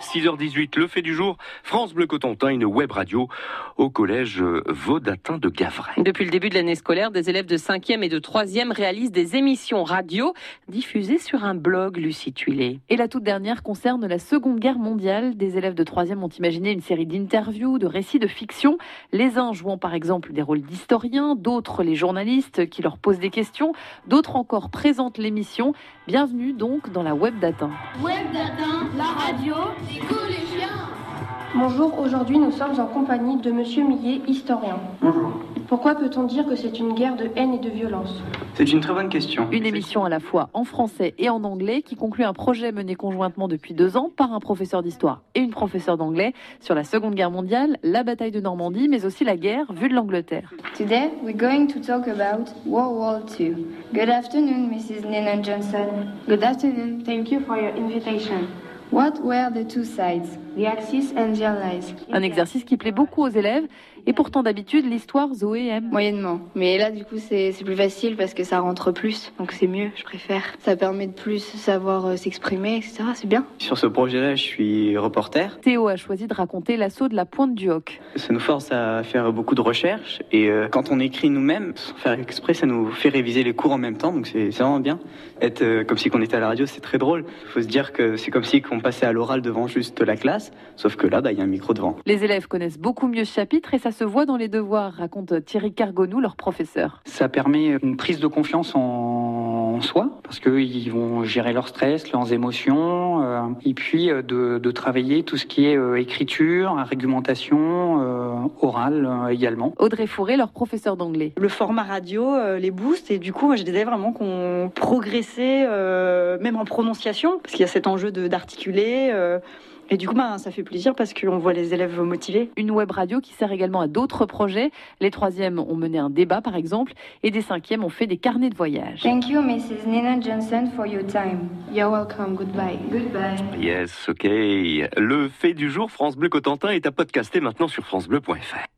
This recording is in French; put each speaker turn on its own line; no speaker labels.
6h18, le fait du jour, France Bleu Cotentin, une web radio au collège euh, Vaudatin de Gavray.
Depuis le début de l'année scolaire, des élèves de 5e et de 3e réalisent des émissions radio diffusées sur un blog, Lucie Tuilé.
Et la toute dernière concerne la Seconde Guerre mondiale. Des élèves de 3e ont imaginé une série d'interviews, de récits de fiction, les uns jouant par exemple des rôles d'historiens, d'autres les journalistes qui leur posent des questions, d'autres encore présentent l'émission. Bienvenue donc dans la web datin.
Web datin, la radio des collégiens.
Bonjour, aujourd'hui nous sommes en compagnie de Monsieur Millet, historien.
Bonjour.
Pourquoi peut-on dire que c'est une guerre de haine et de violence
C'est une très bonne question.
Une émission à la fois en français et en anglais qui conclut un projet mené conjointement depuis deux ans par un professeur d'histoire et une professeure d'anglais sur la Seconde Guerre mondiale, la bataille de Normandie, mais aussi la guerre vue de l'Angleterre.
Today we're going to talk about World War II. Good afternoon, Mrs. Nina Johnson.
Good afternoon. Thank you for your invitation.
What were the two sides?
The Axis and the Allies.
Un exercice qui plaît beaucoup aux élèves et pourtant d'habitude l'histoire Zoé aime.
Moyennement. Mais là, du coup, c'est c'est plus facile parce que ça rentre plus. Donc c'est mieux, je préfère. Ça permet de plus savoir euh, s'exprimer, etc. C'est bien.
Sur ce projet-là, je suis reporter.
Théo a choisi de raconter l'assaut de la pointe du Hoc.
Ça nous force à faire beaucoup de recherches et euh, quand on écrit nous-mêmes, sans faire exprès, ça nous fait réviser les cours en même temps, donc c'est c'est vraiment bien. Être euh, comme si qu'on était à la radio, c'est très drôle. Faut se dire que c'est comme si qu'on passait à l'oral devant juste la classe, sauf que là, bah, il y a un micro devant.
Les élèves connaissent beaucoup mieux ce chapitre et ça se voit dans les devoirs, raconte Thierry Cargonou, leur professeur.
Ça permet une prise de confiance en en soi, parce qu'ils vont gérer leur stress, leurs émotions, euh, et puis euh, de, de travailler tout ce qui est euh, écriture, argumentation, euh, orale euh, également.
Audrey Fourré, leur professeur d'anglais.
Le format radio euh, les booste et du coup, moi, j'ai des élèves vraiment qui ont progressé, euh, même en prononciation, parce qu'il y a cet enjeu de- d'articuler. euh, et du coup, ben, ça fait plaisir parce qu'on voit les élèves motivés.
Une web radio qui sert également à d'autres projets. Les troisièmes ont mené un débat, par exemple, et des cinquièmes ont fait des carnets de voyage.
Thank you, Mrs. Nina Johnson, for your time. You're welcome. Goodbye. Goodbye.
Yes, ok. Le fait du jour, France Bleu Cotentin est à podcaster maintenant sur francebleu.fr.